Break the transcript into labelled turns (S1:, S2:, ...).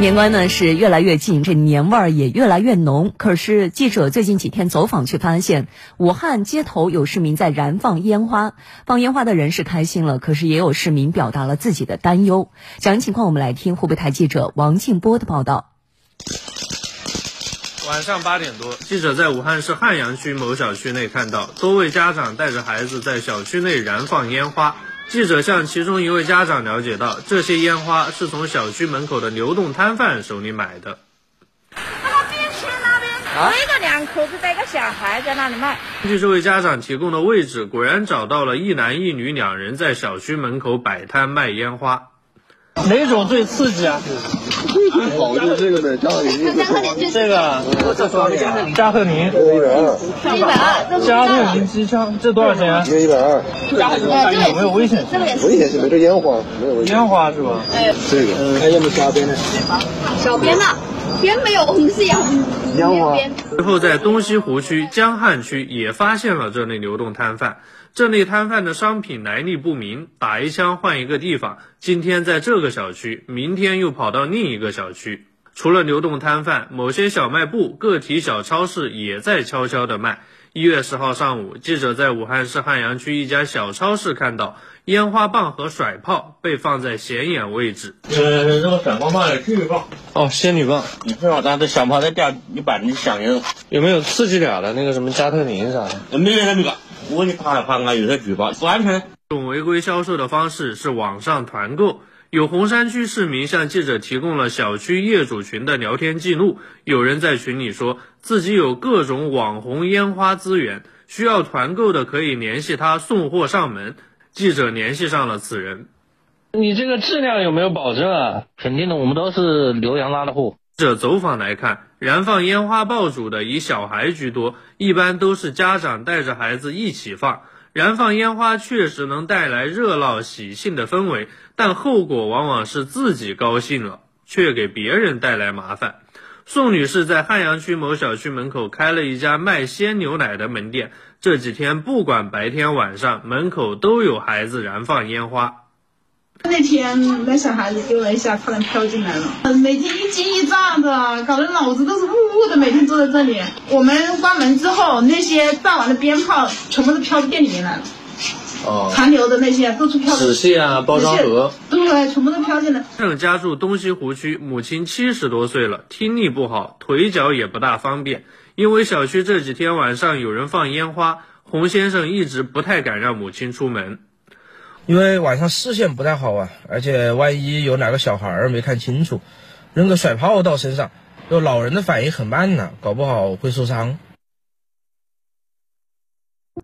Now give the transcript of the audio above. S1: 年关呢是越来越近，这年味儿也越来越浓。可是记者最近几天走访却发现，武汉街头有市民在燃放烟花，放烟花的人是开心了，可是也有市民表达了自己的担忧。详情情况我们来听湖北台记者王静波的报道。
S2: 晚上八点多，记者在武汉市汉阳区某小区内看到多位家长带着孩子在小区内燃放烟花。记者向其中一位家长了解到，这些烟花是从小区门口的流动摊贩手里买的。
S3: 那个冰淇淋那边围着两口子带个小孩在那里卖。
S2: 据这位家长提供的位置，果然找到了一男一女两人在小区门口摆摊卖烟花。
S4: 哪种最刺激啊？
S5: 好，就这个呗，加贺林，
S4: 这个
S5: 这双面啊，
S4: 加贺林，
S5: 这个一百二，
S6: 一百二，
S4: 加贺林机枪，这多少钱啊
S5: 这？个一百二，
S4: 哎
S6: 哎
S4: 有没有危险性？
S6: 这个也是
S5: 危险性没这烟花，没有危险。
S4: 烟花是吧？
S5: 这个，看见没？瞎编的，
S6: 小编的，编没有，我们是羊
S5: 烟花。
S2: 随后，在东西湖区、江汉区也发现了这类流动摊贩。这类摊贩的商品来历不明，打一枪换一个地方，今天在这个小区，明天又跑到另一个小区。除了流动摊贩，某些小卖部、个体小超市也在悄悄地卖。一月十号上午，记者在武汉市汉阳区一家小超市看到烟花棒和甩炮被放在显眼位置。
S4: 呃，这个闪光棒是仙女棒。哦，仙女棒，你最好拿这闪炮再掉一百零响应。有没有刺激点的那个什么加特林啥的？没有那么个，我给你看了看啊，有人举报，不安全。
S2: 这种违规销售的方式是网上团购。有洪山区市民向记者提供了小区业主群的聊天记录，有人在群里说自己有各种网红烟花资源，需要团购的可以联系他送货上门。记者联系上了此人，
S4: 你这个质量有没有保证啊？
S7: 肯定的，我们都是留洋拉的货。
S2: 记者走访来看，燃放烟花爆竹的以小孩居多，一般都是家长带着孩子一起放。燃放烟花确实能带来热闹喜庆的氛围，但后果往往是自己高兴了，却给别人带来麻烦。宋女士在汉阳区某小区门口开了一家卖鲜牛奶的门店，这几天不管白天晚上，门口都有孩子燃放烟花。
S8: 那天那小孩子丢了一下，突然飘进来了。每天一惊一乍的，搞得脑子都是雾雾的。每天坐在这里，我们关门之后，那些炸完的鞭炮全部都飘店里面来了，
S4: 哦，
S8: 残留的那些都是飘。
S4: 纸屑啊，包装盒。
S8: 对，全部都飘进来。
S2: 郑家住东西湖区，母亲七十多岁了，听力不好，腿脚也不大方便。因为小区这几天晚上有人放烟花，洪先生一直不太敢让母亲出门。
S9: 因为晚上视线不太好啊，而且万一有哪个小孩儿没看清楚，扔个甩炮到身上，就老人的反应很慢呐、搞不好会受伤。